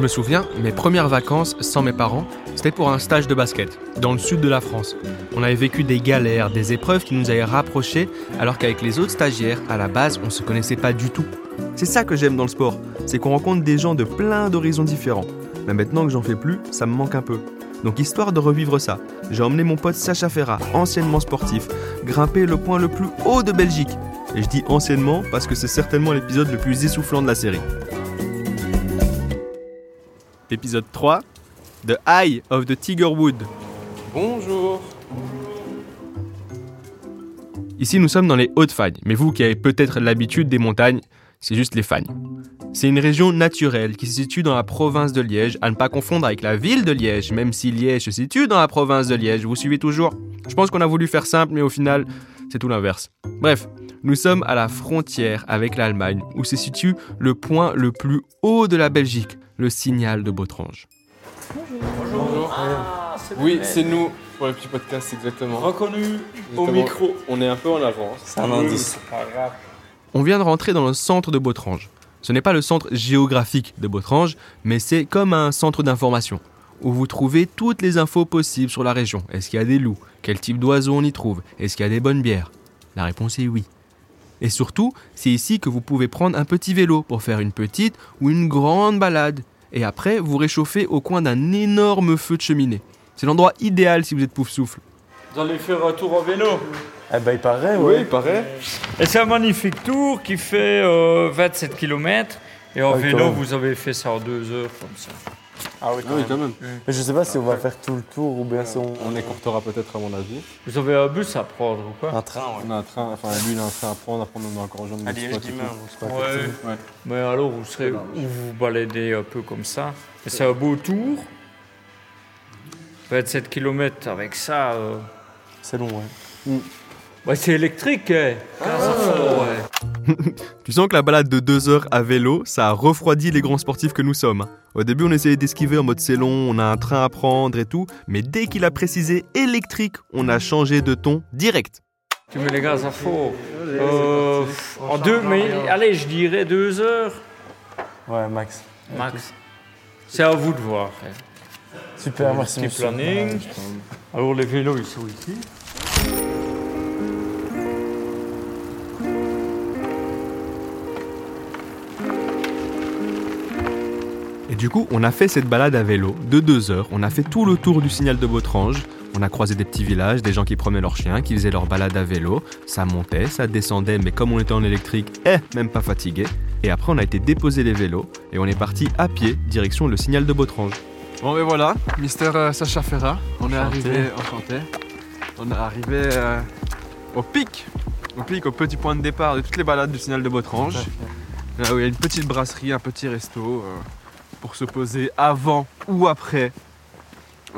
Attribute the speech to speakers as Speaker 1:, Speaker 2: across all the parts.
Speaker 1: me souviens, mes premières vacances sans mes parents, c'était pour un stage de basket, dans le sud de la France. On avait vécu des galères, des épreuves qui nous avaient rapprochés, alors qu'avec les autres stagiaires, à la base, on se connaissait pas du tout. C'est ça que j'aime dans le sport, c'est qu'on rencontre des gens de plein d'horizons différents. Mais maintenant que j'en fais plus, ça me manque un peu. Donc histoire de revivre ça, j'ai emmené mon pote Sacha Ferra, anciennement sportif, grimper le point le plus haut de Belgique. Et je dis anciennement parce que c'est certainement l'épisode le plus essoufflant de la série. Épisode 3 The Eye of the Tiger Wood.
Speaker 2: Bonjour.
Speaker 1: Ici, nous sommes dans les Hautes-Fagnes, mais vous qui avez peut-être l'habitude des montagnes, c'est juste les Fagnes. C'est une région naturelle qui se situe dans la province de Liège, à ne pas confondre avec la ville de Liège, même si Liège se situe dans la province de Liège, vous suivez toujours Je pense qu'on a voulu faire simple, mais au final, c'est tout l'inverse. Bref, nous sommes à la frontière avec l'Allemagne, où se situe le point le plus haut de la Belgique, le signal de Botrange.
Speaker 2: Bonjour. oui, c'est nous pour le petit podcast, exactement.
Speaker 3: Reconnu
Speaker 2: Exactement. On est un peu en avance.
Speaker 3: C'est un indice.
Speaker 1: On vient de rentrer dans le centre de Botrange. Ce n'est pas le centre géographique de Botrange, mais c'est comme un centre d'information, où vous trouvez toutes les infos possibles sur la région. Est-ce qu'il y a des loups Quel type d'oiseaux on y trouve Est-ce qu'il y a des bonnes bières La réponse est oui. Et surtout, c'est ici que vous pouvez prendre un petit vélo pour faire une petite ou une grande balade. Et après, vous réchauffez au coin d'un énorme feu de cheminée. C'est l'endroit idéal si vous êtes pouf-souffle.
Speaker 3: Vous allez faire un tour en vélo.
Speaker 4: Eh ben, il paraît,
Speaker 2: Oui,
Speaker 4: ouais.
Speaker 2: il paraît.
Speaker 3: Et c'est un magnifique tour qui fait euh, 27 km. Et en
Speaker 4: Ah oui, quand
Speaker 3: vélo,
Speaker 4: même.
Speaker 3: vous avez fait ça en deux heures comme ça.
Speaker 4: Ah oui,
Speaker 2: Oui, quand même.
Speaker 4: Mais je sais pas si on va faire tout le tour ou bien si on.
Speaker 2: On écourtera peut-être, à mon avis.
Speaker 3: Vous avez un bus à prendre ou quoi
Speaker 4: Un train, ouais.
Speaker 2: On a un train, enfin, lui, il a un train à prendre. Après, on en a encore besoin de notre spot et tout.
Speaker 3: Ouais.
Speaker 2: Ouais.
Speaker 3: Mais alors, vous serez où vous baladez un peu comme ça. Et c'est un beau tour. 27 km avec ça. euh,
Speaker 4: C'est long, ouais.
Speaker 3: ouais, c'est électrique, hein. 15 à fond, ouais.
Speaker 1: Tu sens que la balade de deux heures à vélo, ça a refroidi les grands sportifs que nous sommes. Au début, on essayait d'esquiver en mode c'est long, on a un train à prendre et tout, mais dès qu'il a précisé électrique, on a changé de ton direct.
Speaker 3: Tu mets les gaz à fond. Euh, en deux, mais allez, je dirais deux heures.
Speaker 4: Ouais, Max.
Speaker 3: Max. C'est à vous de voir. hein.
Speaker 4: Super, merci.
Speaker 3: Petit
Speaker 4: monsieur.
Speaker 3: planning. Alors les vélos, ils sont ici.
Speaker 1: Et du coup, on a fait cette balade à vélo de deux heures, on a fait tout le tour du signal de Botrange, on a croisé des petits villages, des gens qui promenaient leurs chiens, qui faisaient leur balade à vélo, ça montait, ça descendait, mais comme on était en électrique, eh, même pas fatigué. Et après, on a été déposer les vélos et on est parti à pied, direction le signal de Botrange.
Speaker 5: Bon ben voilà, Mister euh, Sacha Ferra, on est arrivé, enchanté, on est arrivé euh, au pic, au pic, au petit point de départ de toutes les balades du signal de Botrange, là où Ah il y a une petite brasserie, un petit resto euh, pour se poser avant ou après.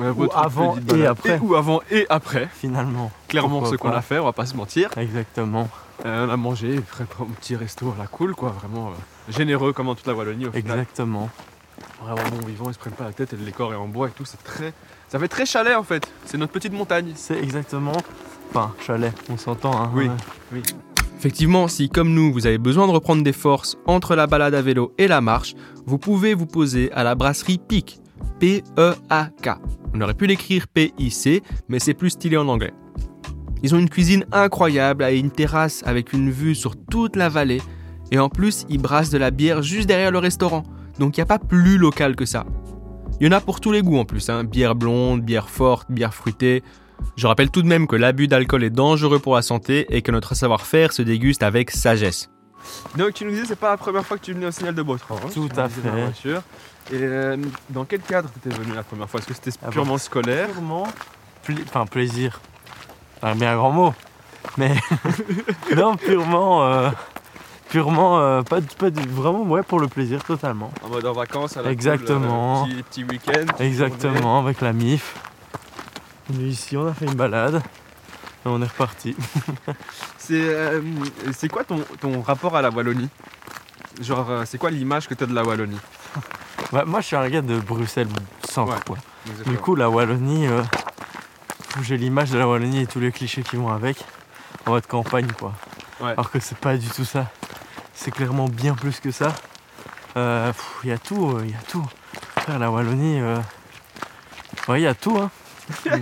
Speaker 5: euh, votre
Speaker 4: avant
Speaker 5: petite
Speaker 4: et
Speaker 5: balade.
Speaker 4: après.
Speaker 5: ou avant et après,
Speaker 4: Finalement.
Speaker 5: clairement
Speaker 4: Pourquoi
Speaker 5: ce qu'on
Speaker 4: pas.
Speaker 5: a fait, on va pas se mentir.
Speaker 4: Exactement.
Speaker 5: Euh, on a mangé, après un petit resto à la cool quoi, vraiment euh, généreux comme dans toute la Wallonie au final.
Speaker 4: Exactement.
Speaker 5: vraiment bon vivant, ils se prennent pas la tête et le décor est en bois et tout, c'est très. Ça fait très chalet en fait, c'est notre petite montagne.
Speaker 4: C'est exactement. Enfin, chalet, on s'entend, hein.
Speaker 5: Oui.
Speaker 4: Ouais.
Speaker 1: Effectivement, si comme nous, vous avez besoin de reprendre des forces entre la balade à vélo et la marche, vous pouvez vous poser à la brasserie PIC. P-E-A-K. On aurait pu l'écrire P-I-C, mais c'est plus stylé en anglais. Ils ont une cuisine incroyable et une terrasse avec une vue sur toute la vallée. Et en plus, ils brassent de la bière juste derrière le restaurant. Donc il n'y a pas plus local que ça. Il y en a pour tous les goûts en plus, hein. bière blonde, bière forte, bière fruitée. Je rappelle tout de même que l'abus d'alcool est dangereux pour la santé et que notre savoir-faire se déguste avec sagesse.
Speaker 5: Donc tu nous disais, c'est pas la première fois que tu venais au signal de Botran. hein,
Speaker 4: Tout
Speaker 5: tu nous
Speaker 4: à
Speaker 5: disais dans la
Speaker 4: fait.
Speaker 5: voiture. Et euh, dans quel cadre t'étais venu la première fois Est-ce que c'était
Speaker 4: Ah bon
Speaker 5: purement scolaire
Speaker 4: Purement. pla- Enfin, plaisir. Un bien grand mot. Mais. non, purement. euh, Purement. euh, pas, du- pas du- Vraiment, ouais, pour le plaisir, totalement.
Speaker 5: En mode en vacances à la
Speaker 4: Exactement.
Speaker 5: cool, euh, petit, petit week-end.
Speaker 4: Exactement, avec la MIF. On est ici, on a fait une balade. Et on est reparti.
Speaker 5: C'est euh, c'est quoi ton, ton rapport à la Wallonie Genre, euh, c'est quoi l'image que t'as de la Wallonie
Speaker 4: Ouais, Bah, moi, je suis un gars de Bruxelles centre,
Speaker 5: Ouais.
Speaker 4: quoi. Du coup, la Wallonie, euh, j'ai l'image de la Wallonie et tous les clichés qui vont avec en mode campagne, quoi.
Speaker 5: Ouais.
Speaker 4: Alors que c'est pas du tout ça. C'est clairement bien plus que ça. Euh, pff, Il y a tout, euh, il y a tout. frère, la Wallonie, euh, ouais, il y a tout, hein.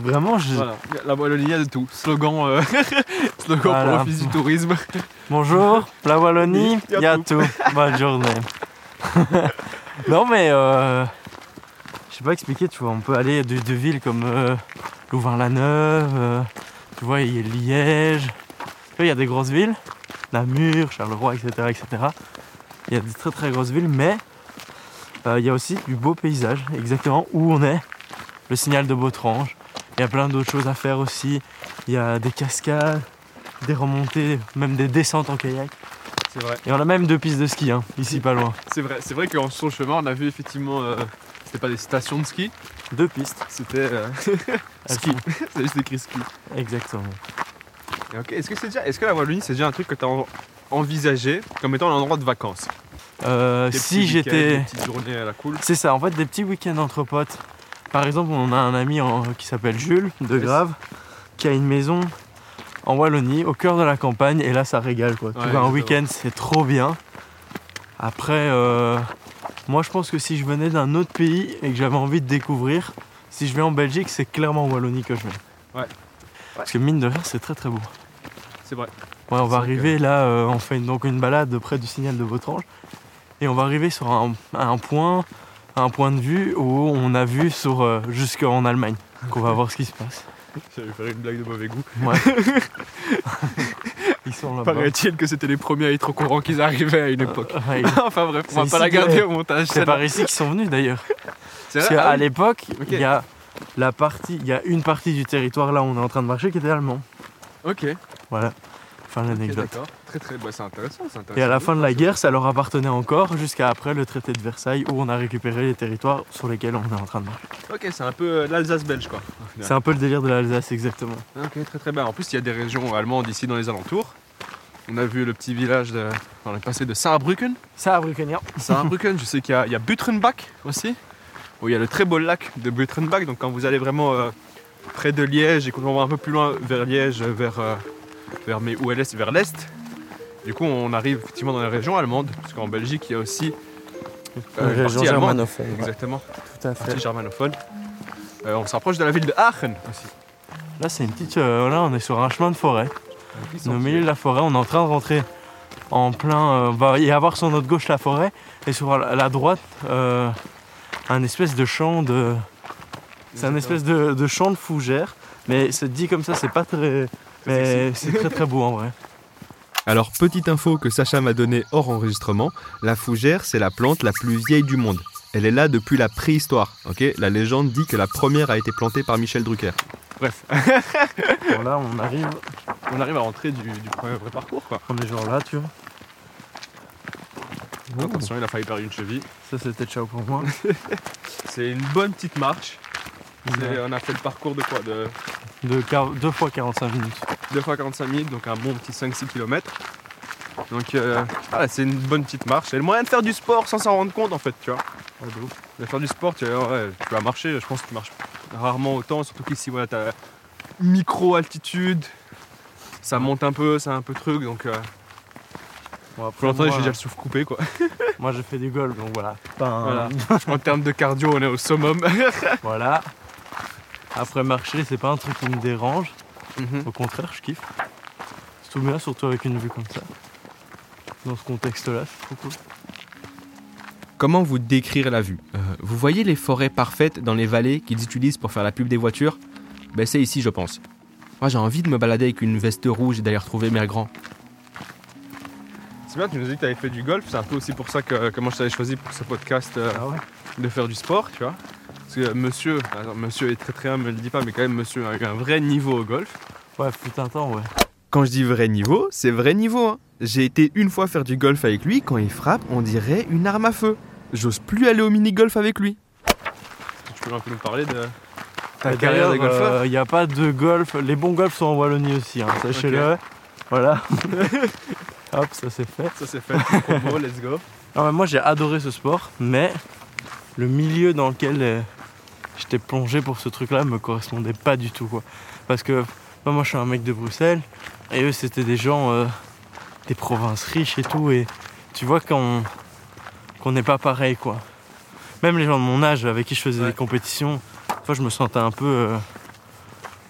Speaker 4: Vraiment, je...
Speaker 5: Voilà, la Wallonie, il y a de tout. Slogan, euh, slogan pour
Speaker 4: Voilà.
Speaker 5: l'Office du Tourisme.
Speaker 4: Bonjour, la Wallonie,
Speaker 5: Y a
Speaker 4: il y a tout. Bonne journée. non, mais euh, je sais pas expliquer, tu vois, on peut aller de, de villes comme euh, Louvain-la-Neuve, euh, tu vois, il y a Liège. Tu vois, Il y a des grosses villes, Namur, Charleroi, etc. etc. Il y a des très très grosses villes, mais euh, il y a aussi du beau paysage, exactement où on est, le signal de Botrange. Il y a plein d'autres choses à faire aussi. Il y a des cascades des remontées, même des descentes en kayak.
Speaker 5: C'est vrai.
Speaker 4: Et on a même deux pistes de ski, hein, ici pas loin.
Speaker 5: C'est vrai, c'est vrai qu'en sur le chemin, on a vu effectivement. euh, c'était pas des stations de ski,
Speaker 4: Deux pistes.
Speaker 5: c'était. euh,
Speaker 4: Elles
Speaker 5: Ski. c'est juste écrit ski.
Speaker 4: sont- Exactement.
Speaker 5: Et ok, Est-ce que, c'est déjà, est-ce que la Wallonie, c'est déjà un truc que t'as en- envisagé comme étant un endroit de vacances
Speaker 4: Euh,
Speaker 5: Des
Speaker 4: si
Speaker 5: petits week-ends,
Speaker 4: j'étais.
Speaker 5: Des petites journées euh, à la cool.
Speaker 4: C'est ça, en fait, des petits week-ends entre potes. Par exemple, on a un ami en- qui s'appelle Jules, de
Speaker 5: Yes.
Speaker 4: Grave, qui a une maison en Wallonie, au cœur de la campagne, et là ça régale quoi.
Speaker 5: Ouais,
Speaker 4: tu vois, un
Speaker 5: exactement.
Speaker 4: week-end c'est trop bien. Après, euh, moi je pense que si je venais d'un autre pays et que j'avais envie de découvrir, si je vais en Belgique, c'est clairement en Wallonie que je vais.
Speaker 5: Ouais. Ouais.
Speaker 4: Parce que mine de rien, c'est très très beau.
Speaker 5: C'est vrai.
Speaker 4: Ouais, on
Speaker 5: C'est
Speaker 4: va
Speaker 5: vrai
Speaker 4: arriver là, euh, on fait une- donc une balade près du signal de Botrange et on va arriver sur un, un point, un point de vue où on a vu sur euh, jusqu'en Allemagne. Donc on va voir ce qui se passe.
Speaker 5: J'allais faire une blague de mauvais goût.
Speaker 4: Ils sont là-bas.
Speaker 5: Paraît-il que c'était les premiers à être au courant qu'ils arrivaient à une époque.
Speaker 4: Ouais,
Speaker 5: enfin bref, on
Speaker 4: C'est
Speaker 5: va
Speaker 4: ici
Speaker 5: pas la
Speaker 4: que-
Speaker 5: garder au montage.
Speaker 4: c'est
Speaker 5: celle-là.
Speaker 4: par ici qu'ils sont venus d'ailleurs.
Speaker 5: C'est
Speaker 4: Parce
Speaker 5: vrai
Speaker 4: qu'à
Speaker 5: Ah oui.
Speaker 4: l'époque,
Speaker 5: Ok.
Speaker 4: il y a la partie, il y a une partie du territoire là où on est en train de marcher qui était allemand.
Speaker 5: Ok.
Speaker 4: Voilà. Fin de
Speaker 5: Ok,
Speaker 4: l'anecdote.
Speaker 5: D'accord. Très très. bah, c'est intéressant, c'est intéressant.
Speaker 4: Et à la fin de la guerre, ça leur appartenait encore jusqu'à après le traité de Versailles où on a récupéré les territoires sur lesquels on est en train de marcher.
Speaker 5: Ok, c'est un peu euh, l'Alsace belge quoi. au final.
Speaker 4: C'est un peu le délire de l'Alsace exactement.
Speaker 5: Ok, très très bien. En plus, il y a des régions allemandes ici dans les alentours. On a vu le petit village de. On est passé de Saarbrücken.
Speaker 4: Ça, Bruckner.
Speaker 5: Saarbrücken, je sais qu'il y, a- il y a Butrenbach aussi, où il y a le très beau lac de Butrenbach. Donc quand vous allez vraiment euh, près de Liège et qu'on va un peu plus loin vers Liège, vers, euh, vers mais où est l'est, vers l'est, du coup on arrive effectivement dans les régions allemandes, parce qu'en Belgique il y a aussi euh, une partie allemande. Exactement,
Speaker 4: tout à fait.
Speaker 5: partie germanophone. Euh, on s'approche de la ville de Aachen aussi.
Speaker 4: Là, c'est une petite. euh, là, on est sur un chemin de forêt. On est au milieu de la forêt. On est en train de rentrer en plein. euh, va y avoir sur notre gauche la forêt et sur la, la droite euh, un espèce de champ de. C'est un espèce de, de champ de fougères. Mais c'est dit comme ça, c'est pas très. Mais c'est très très beau en vrai.
Speaker 1: Alors, petite info que Sacha m'a donnée hors enregistrement, la fougère, c'est la plante la plus vieille du monde. Elle est là depuis la préhistoire, ok La légende dit que la première a été plantée par Michel Drucker.
Speaker 5: Bref,
Speaker 4: Bon, là, on arrive.
Speaker 5: on arrive à rentrer du, du premier vrai parcours quoi.
Speaker 4: On est genre là, tu vois.
Speaker 5: Attention, il a failli perdre une cheville.
Speaker 4: Ça, c'était ciao pour moi.
Speaker 5: C'est une bonne petite marche. C'est- On a fait le parcours de quoi de,
Speaker 4: De 2 fois 45 minutes.
Speaker 5: 2 fois 45 minutes, donc un bon petit 5-6 km. Donc euh, voilà, c'est une bonne petite marche. C'est le moyen de faire du sport sans s'en rendre compte en fait, tu vois. De faire du sport, tu, vois, ouais, tu vas marcher, je pense que tu marches rarement autant, surtout qu'ici voilà, t'as micro-altitude, ça monte un peu, c'est un peu truc, donc euh,
Speaker 4: Bon, après,
Speaker 5: vous l'entendez, j'ai
Speaker 4: moi,
Speaker 5: déjà le souffle coupé quoi.
Speaker 4: moi, j'ai fait du golf, donc voilà. Pas un-
Speaker 5: Voilà. en termes de cardio, on est au summum.
Speaker 4: Voilà. Après marcher, c'est pas un truc qui me dérange.
Speaker 5: Mhm.
Speaker 4: Au contraire, je kiffe. C'est tout bien, surtout avec une vue comme ça. Dans ce contexte-là, c'est trop cool.
Speaker 1: Comment vous décrire la vue Euh, Vous voyez les forêts parfaites dans les vallées qu'ils utilisent pour faire la pub des voitures Ben c'est ici je pense. Moi j'ai envie de me balader avec une veste rouge et d'aller retrouver mes grands.
Speaker 5: C'est bien, tu nous as dit que tu avais fait du golf, c'est un peu aussi pour ça que comment je t'avais choisi pour ce podcast. euh,
Speaker 4: Ah ouais
Speaker 5: de faire du sport, tu vois. Parce que monsieur, alors, monsieur est très très bien, me le dit pas, mais quand même monsieur a un vrai niveau au golf.
Speaker 4: Ouais, putain de temps, ouais.
Speaker 1: Quand je dis vrai niveau, c'est vrai niveau. hein. J'ai été une fois faire du golf avec lui, quand il frappe, on dirait une arme à feu. J'ose plus aller au mini-golf avec lui.
Speaker 5: Tu peux un peu nous parler de
Speaker 4: Et
Speaker 5: ta carrière de
Speaker 4: d'ailleurs,
Speaker 5: golfeur
Speaker 4: euh, y a pas de golf. Les bons golfs sont en Wallonie aussi, hein, sachez-le. Voilà. Hop, ça c'est fait.
Speaker 5: Ça c'est fait, promo, let's go.
Speaker 4: Non, mais moi j'ai adoré ce sport, mais le milieu dans lequel euh, j'étais plongé pour ce truc-là me correspondait pas du tout. Quoi. Parce que bah, moi je suis un mec de Bruxelles, et eux c'était des gens euh, des provinces riches et tout, et tu vois qu'on qu'on n'est pas pareil. quoi. même les gens de mon âge avec qui je faisais des compétitions, parfois je me sentais un peu euh,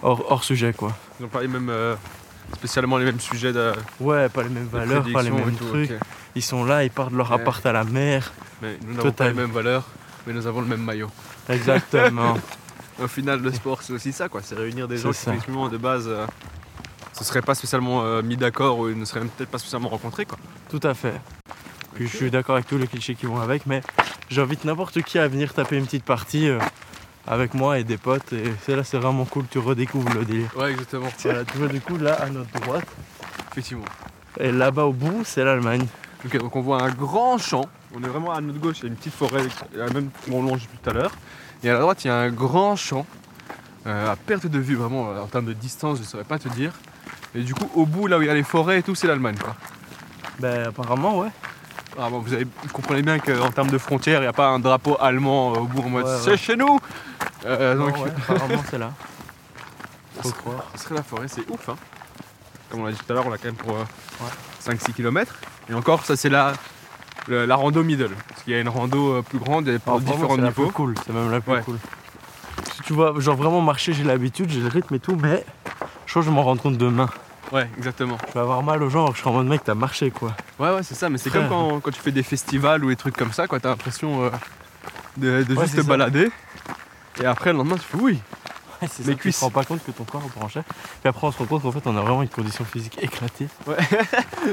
Speaker 4: hors, hors sujet quoi.
Speaker 5: Ils ont pas les mêmes. euh, spécialement les mêmes sujets de, de
Speaker 4: Ouais, pas les mêmes valeurs, pas les
Speaker 5: prédilection
Speaker 4: mêmes
Speaker 5: et tout,
Speaker 4: trucs.
Speaker 5: ok.
Speaker 4: Ils sont là, ils partent de leur
Speaker 5: Ouais.
Speaker 4: appart à la mer.
Speaker 5: Mais nous n'avons pas
Speaker 4: Total.
Speaker 5: les mêmes valeurs, mais nous avons le même maillot.
Speaker 4: Exactement.
Speaker 5: Au final, le sport, c'est aussi ça, quoi. C'est réunir des
Speaker 4: C'est
Speaker 5: gens qui,
Speaker 4: ça.
Speaker 5: effectivement, de base, euh, se seraient pas spécialement euh, mis d'accord ou ils ne seraient même peut-être pas spécialement rencontrés, quoi.
Speaker 4: Tout à fait. Puis je suis d'accord avec tous les clichés qui vont avec, mais j'invite n'importe qui à venir taper une petite partie euh, avec moi et des potes. Et c'est là, c'est vraiment cool, tu redécouvres le délire.
Speaker 5: Ouais, exactement.
Speaker 4: Voilà, tu vois, du coup, là, à notre droite,
Speaker 5: Effectivement.
Speaker 4: et là-bas au bout, c'est l'Allemagne.
Speaker 5: Ok, donc on voit un grand champ. On est vraiment à notre gauche, il y a une petite forêt, la même qu'on longe depuis tout à l'heure. Et à la droite, il y a un grand champ. euh, à perte de vue, vraiment, euh, en termes de distance, je ne saurais pas te dire. Et du coup, au bout, là où il y a les forêts et tout, c'est l'Allemagne, quoi.
Speaker 4: Ben, apparemment, ouais.
Speaker 5: Ah bon, vous, avez- vous comprenez bien qu'en termes de frontières, il n'y a pas un drapeau allemand euh, au bout en mode
Speaker 4: Ouais, ouais.
Speaker 5: c'est chez nous Euh,
Speaker 4: Non,
Speaker 5: donc,
Speaker 4: ouais, apparemment, c'est là. Faut croire.
Speaker 5: Ce serait la forêt, c'est ouf. Hein. Comme on l'a dit tout à l'heure, on l'a quand même pour euh, 5-6 km. Et encore, ça c'est la, le- la rando middle. Parce qu'il y a une rando euh, plus grande et pour
Speaker 4: Alors, vraiment,
Speaker 5: différents
Speaker 4: c'est la plus
Speaker 5: niveaux.
Speaker 4: cool, c'est même la plus
Speaker 5: Ouais.
Speaker 4: cool. Si tu vois, genre vraiment marcher, j'ai l'habitude, j'ai le rythme et tout, mais je crois que je m'en rends compte demain.
Speaker 5: Ouais, exactement.
Speaker 4: Je vais avoir mal aux gens, je suis en mode mec, t'as marché quoi.
Speaker 5: Ouais, ouais, c'est ça. Mais c'est
Speaker 4: Frère.
Speaker 5: comme quand, quand tu fais des festivals ou des trucs comme ça, quoi. T'as l'impression euh, de, de
Speaker 4: Ouais,
Speaker 5: juste
Speaker 4: c'est
Speaker 5: te
Speaker 4: ça.
Speaker 5: balader. Et après, le lendemain, tu fais oui.
Speaker 4: Ouais, c'est ça,
Speaker 5: Mes
Speaker 4: tu
Speaker 5: cuisses.
Speaker 4: te rends pas compte que ton corps prend cher. Puis après, on se rend compte qu'en fait, on a vraiment une condition physique éclatée.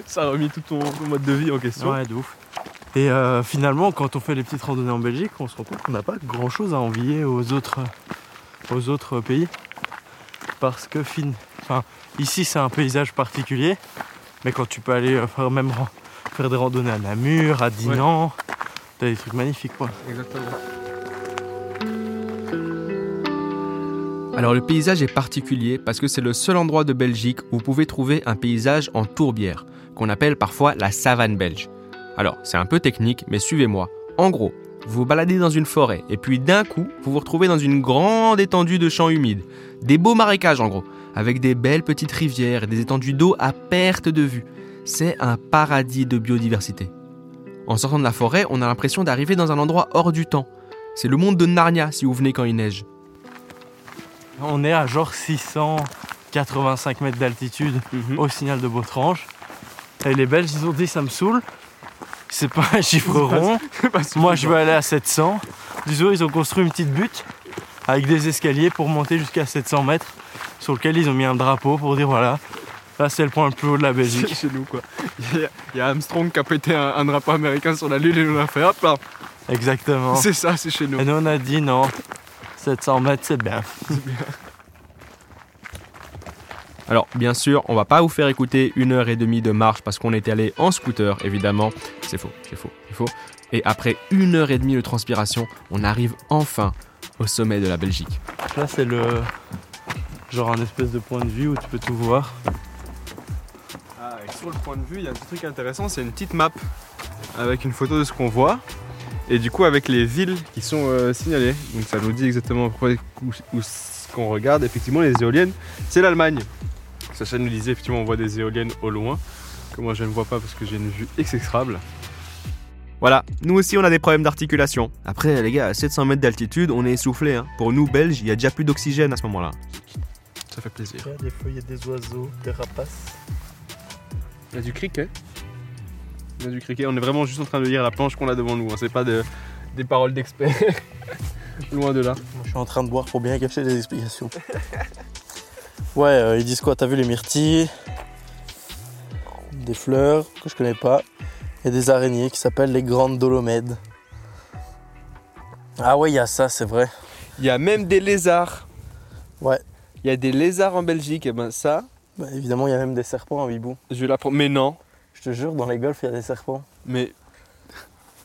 Speaker 5: Ça a remis tout ton, ton mode de vie en question.
Speaker 4: Ouais, de ouf. Et euh, finalement, quand on fait les petites randonnées en Belgique, on se rend compte qu'on n'a pas grand chose à envier aux autres, aux autres pays. Parce que fin... enfin, ici, c'est un paysage particulier. Mais quand tu peux aller euh, faire, même ran- faire des randonnées à Namur, à Dinan, t'as des trucs magnifiques quoi.
Speaker 5: Exactement.
Speaker 1: Alors le paysage est particulier parce que c'est le seul endroit de Belgique où vous pouvez trouver un paysage en tourbière, qu'on appelle parfois la savane belge. Alors c'est un peu technique, mais suivez-moi. En gros, vous vous baladez dans une forêt et puis d'un coup, vous vous retrouvez dans une grande étendue de champs humides, des beaux marécages en gros, avec des belles petites rivières et des étendues d'eau à perte de vue. C'est un paradis de biodiversité. En sortant de la forêt, on a l'impression d'arriver dans un endroit hors du temps. C'est le monde de Narnia si vous venez quand il neige.
Speaker 4: On est à genre 685 mètres d'altitude au signal de Botrange. Et les Belges, ils ont dit ça me saoule. C'est pas un chiffre rond. Moi, je veux aller à 700. Du coup, ils ont construit une petite butte avec des escaliers pour monter jusqu'à 700 mètres sur lequel ils ont mis un drapeau pour dire voilà, là c'est le point le plus haut de la
Speaker 5: C'est
Speaker 4: Belgique.
Speaker 5: chez nous, quoi. Il y, a- il y a Armstrong qui a pété un, un drapeau américain sur la lune et nous l'a fait hop là.
Speaker 4: Exactement.
Speaker 5: C'est ça, c'est chez nous.
Speaker 4: Et nous, on a dit non, 700 mètres, c'est bien.
Speaker 1: Alors bien sûr, on va pas vous faire écouter une heure et demie de marche parce qu'on est allé en scooter, évidemment. C'est faux, c'est faux, c'est faux. Et après une heure et demie de transpiration, on arrive enfin au sommet de la Belgique.
Speaker 4: Là, c'est le genre un espèce de point de vue où tu peux tout voir.
Speaker 5: Ah, et sur le point de vue, il y a un petit truc intéressant, c'est une petite map avec une photo de ce qu'on voit et du coup avec les villes qui sont euh, signalées. Donc ça nous dit exactement pourquoi- où, où ce qu'on regarde. Effectivement, les éoliennes, c'est l'Allemagne. Sacha nous disait effectivement on voit des éoliennes au loin que moi je ne vois pas parce que j'ai une vue exécrable.
Speaker 1: Voilà, nous aussi on a des problèmes d'articulation. Après les gars, à 700 mètres d'altitude, on est essoufflé. hein. Pour nous Belges, il y a déjà plus d'oxygène à ce moment-là.
Speaker 5: Ça fait plaisir.
Speaker 4: des fois, il y a des oiseaux, des rapaces.
Speaker 5: Il y a du criquet. Il y a du criquet. On est vraiment juste en train de lire la planche qu'on a devant nous. hein. C'est pas de- des paroles d'experts. loin de là.
Speaker 4: Moi, je suis en train de boire pour bien cacher les explications. ouais, euh, ils disent quoi T'as vu les myrtilles Des fleurs que je connais pas. Et des araignées qui s'appellent les grandes dolomèdes. Ah ouais, il y a ça, c'est vrai.
Speaker 2: Il y a même des lézards.
Speaker 6: Ouais.
Speaker 2: Il y a des lézards en Belgique. Et
Speaker 5: eh
Speaker 2: ben ça,
Speaker 6: Bah, évidemment, il y a même des serpents à Bibou.
Speaker 2: je l'apprends. Mais non.
Speaker 6: Je te jure, dans les golfs, il y a des serpents.
Speaker 2: Mais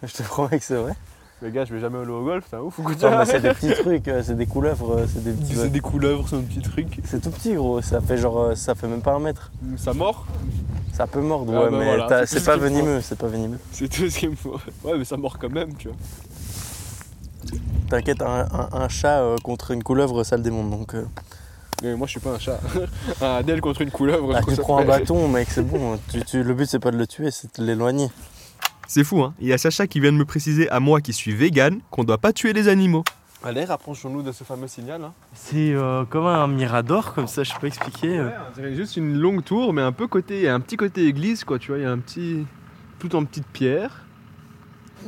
Speaker 6: Je te promets que c'est vrai.
Speaker 5: Le gars, je vais jamais aller au golf, c'est un ouf.
Speaker 6: Non, mais c'est des petits trucs, euh, c'est des couleuvres, euh, c'est des petits.
Speaker 2: c'est des couleuvres, c'est un petit truc.
Speaker 6: C'est tout petit, gros. Ça fait genre, euh, ça fait même pas un mètre.
Speaker 5: Ça mort
Speaker 6: Ça peut mordre,
Speaker 5: Ah,
Speaker 6: ouais,
Speaker 5: bah
Speaker 6: mais
Speaker 5: voilà,
Speaker 6: t'as- c'est
Speaker 5: c'est tout
Speaker 6: pas
Speaker 5: ce qu'il faut.
Speaker 6: venimeux, c'est pas venimeux.
Speaker 5: C'est tout ce qu'il me faut. Ouais, mais ça mord quand même, tu vois.
Speaker 6: T'inquiète, un, un- un chat euh, contre une couleuvre, ça le démonte. Donc, euh,
Speaker 5: Mais moi, je suis pas un chat. un Adèle contre une couleuvre.
Speaker 6: ah,
Speaker 5: je trouve
Speaker 6: tu
Speaker 5: ça
Speaker 6: prends un
Speaker 5: fait-
Speaker 6: bâton, mec, c'est bon. Tu- tu- le but, c'est pas de le tuer, c'est de l'éloigner.
Speaker 1: C'est fou, hein. Il y a Sacha qui vient de me préciser à moi qui suis vegan qu'on doit pas tuer les animaux.
Speaker 5: Allez, rapprochons-nous de ce fameux signal. hein.
Speaker 4: C'est euh, comme un mirador, comme ça, je peux expliquer. euh.
Speaker 5: Ouais, on dirait juste une longue tour, mais un peu côté, un petit côté église, quoi. Tu vois, il y a un petit, tout en petites pierres.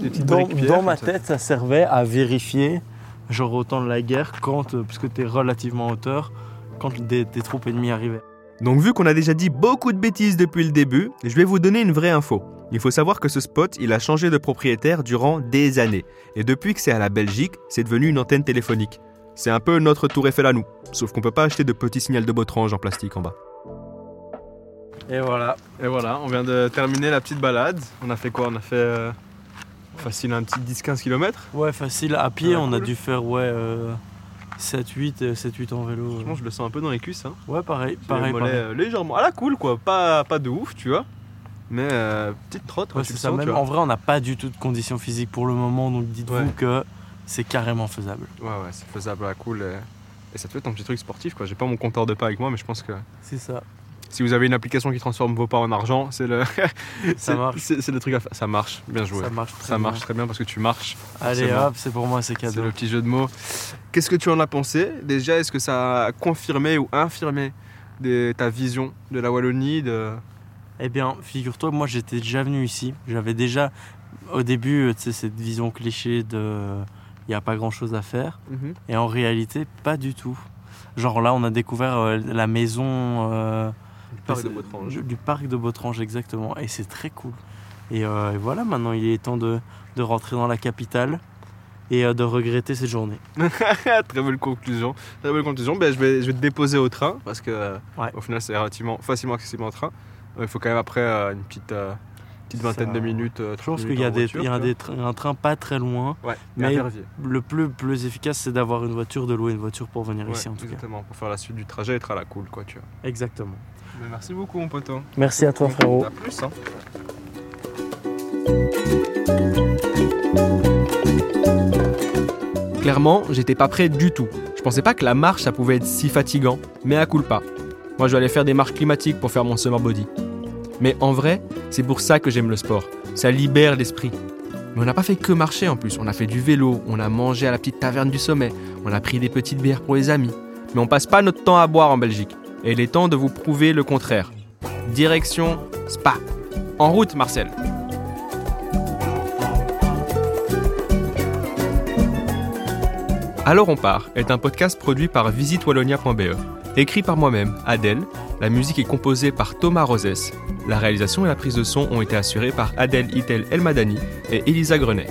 Speaker 5: Des petites
Speaker 4: Dans,
Speaker 5: briques pierres,
Speaker 4: dans ma
Speaker 5: comme ça.
Speaker 4: tête, ça servait à vérifier, genre au temps de la guerre, quand, euh, parce que t'es relativement en hauteur, quand des, des troupes ennemies arrivaient.
Speaker 1: Donc vu qu'on a déjà dit beaucoup de bêtises depuis le début, je vais vous donner une vraie info. Il faut savoir que ce spot, il a changé de propriétaire durant des années. Et depuis que c'est à la Belgique, c'est devenu une antenne téléphonique. C'est un peu notre tour Eiffel à nous, sauf qu'on peut pas acheter de petits signal de Botrange en plastique en bas.
Speaker 4: Et voilà.
Speaker 5: Et voilà, on vient de terminer la petite balade. On a fait quoi On a fait euh, facile un petit 10-15 km.
Speaker 4: Ouais, facile. À pied,
Speaker 5: Ouais,
Speaker 4: on a
Speaker 5: cool.
Speaker 4: dû faire, ouais, euh, 7-8, 7-8 euh, en vélo.
Speaker 5: Franchement, je le sens un peu dans les cuisses. Hein.
Speaker 4: Ouais, pareil,
Speaker 5: J'ai
Speaker 4: pareil,
Speaker 5: les mollets,
Speaker 4: pareil.
Speaker 5: euh, légèrement. À la cool, quoi. Pas, pas de ouf, tu vois. Mais euh, petite trotte, quand
Speaker 4: Ouais,
Speaker 5: tu
Speaker 4: c'est
Speaker 5: le
Speaker 4: ça.
Speaker 5: sens, tu
Speaker 4: Même en vrai, on n'a pas du tout de conditions physiques pour le moment, donc dites-vous
Speaker 5: Ouais.
Speaker 4: que c'est carrément faisable.
Speaker 5: vois. Ouais, ouais, c'est faisable à la cool. euh, Et ça te fait ton petit truc sportif, quoi. J'ai pas mon compteur de pas avec moi, mais je pense que
Speaker 4: C'est ça.
Speaker 5: si vous avez une application qui transforme vos pas en argent, c'est le, c'est-
Speaker 4: marche.
Speaker 5: c'est- c'est le truc à faire. Ça marche, bien joué.
Speaker 4: Ça marche très
Speaker 5: Ça
Speaker 4: bien.
Speaker 5: marche très bien parce que tu marches.
Speaker 4: Allez
Speaker 5: C'est bon.
Speaker 4: hop, c'est pour moi, c'est
Speaker 5: C'est
Speaker 4: cadeau.
Speaker 5: le petit jeu de mots. Qu'est-ce que tu en as pensé Déjà, est-ce que ça a confirmé ou infirmé des- ta vision de la Wallonie de...
Speaker 4: Eh bien, figure-toi, moi j'étais déjà venu ici. J'avais déjà, au début, euh, tu sais, cette vision cliché de il n'y a pas grand-chose à faire. Et en réalité, pas du tout. Genre là, on a découvert euh, la maison euh,
Speaker 5: parc
Speaker 4: c'est-
Speaker 5: de Botrange.
Speaker 4: du- du parc de Botrange, exactement. Et c'est très cool. Et, euh, et voilà, maintenant il est temps de, de rentrer dans la capitale et euh, de regretter cette journée.
Speaker 5: Très belle conclusion. Très belle conclusion. Ben, je, vais, je vais te déposer au train parce que euh,
Speaker 4: Ouais.
Speaker 5: au final, c'est relativement facilement accessible en train. Euh, Il faut quand même après euh, une petite, euh, petite
Speaker 4: Ça-
Speaker 5: vingtaine de minutes. euh,
Speaker 4: Je
Speaker 5: 30
Speaker 4: pense qu'il
Speaker 5: minutes
Speaker 4: y a,
Speaker 5: en
Speaker 4: des,
Speaker 5: voiture,
Speaker 4: il y a un,
Speaker 5: tu
Speaker 4: des trains- un train pas très loin.
Speaker 5: vois. Ouais, il y a
Speaker 4: mais-
Speaker 5: Verviers.
Speaker 4: Le plus, plus efficace, c'est d'avoir une voiture, de louer une voiture pour venir
Speaker 5: Ouais,
Speaker 4: ici en tout cas.
Speaker 5: exactement, pour faire la suite du trajet, être à la cool, quoi, tu vois.
Speaker 4: Exactement.
Speaker 5: Mais Ben, merci beaucoup, mon poteau.
Speaker 6: Merci à toi,
Speaker 4: Oh.
Speaker 6: frérot.
Speaker 5: À plus, hein.
Speaker 1: Clairement, j'étais pas prêt du tout. Je pensais pas que la marche, ça pouvait être si fatigant, mais à coup pas. Moi, je vais aller faire des marches climatiques pour faire mon summer body. Mais en vrai, c'est pour ça que j'aime le sport. Ça libère l'esprit. Mais on n'a pas fait que marcher en plus. On a fait du vélo, on a mangé à la petite taverne du sommet, on a pris des petites bières pour les amis. Mais on passe pas notre temps à boire en Belgique. Et il est temps de vous prouver le contraire. Direction Spa. En route, Marcel. Alors on part est un podcast produit par visitewallonia.be. E. Écrit par moi-même, Adèle, la musique est composée par Thomas Rosès. La réalisation et la prise de son ont été assurées par Adèle Itel Elmadani et Elisa Grenet.